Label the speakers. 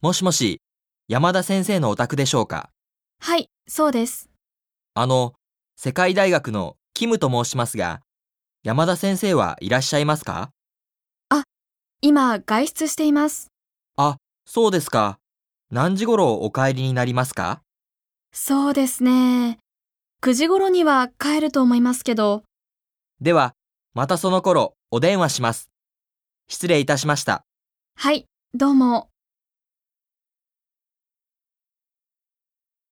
Speaker 1: もしもし、山田先生のお宅でしょうか
Speaker 2: はい、そうです。
Speaker 1: あの、世界大学のキムと申しますが、山田先生はいらっしゃいますか
Speaker 2: 今、外出しています。
Speaker 1: そうですか。何時頃お帰りになりますか
Speaker 2: そうですね。9時頃には帰ると思いますけど、
Speaker 1: では、またその頃お電話します。失礼いたしました。
Speaker 2: はい、どうも。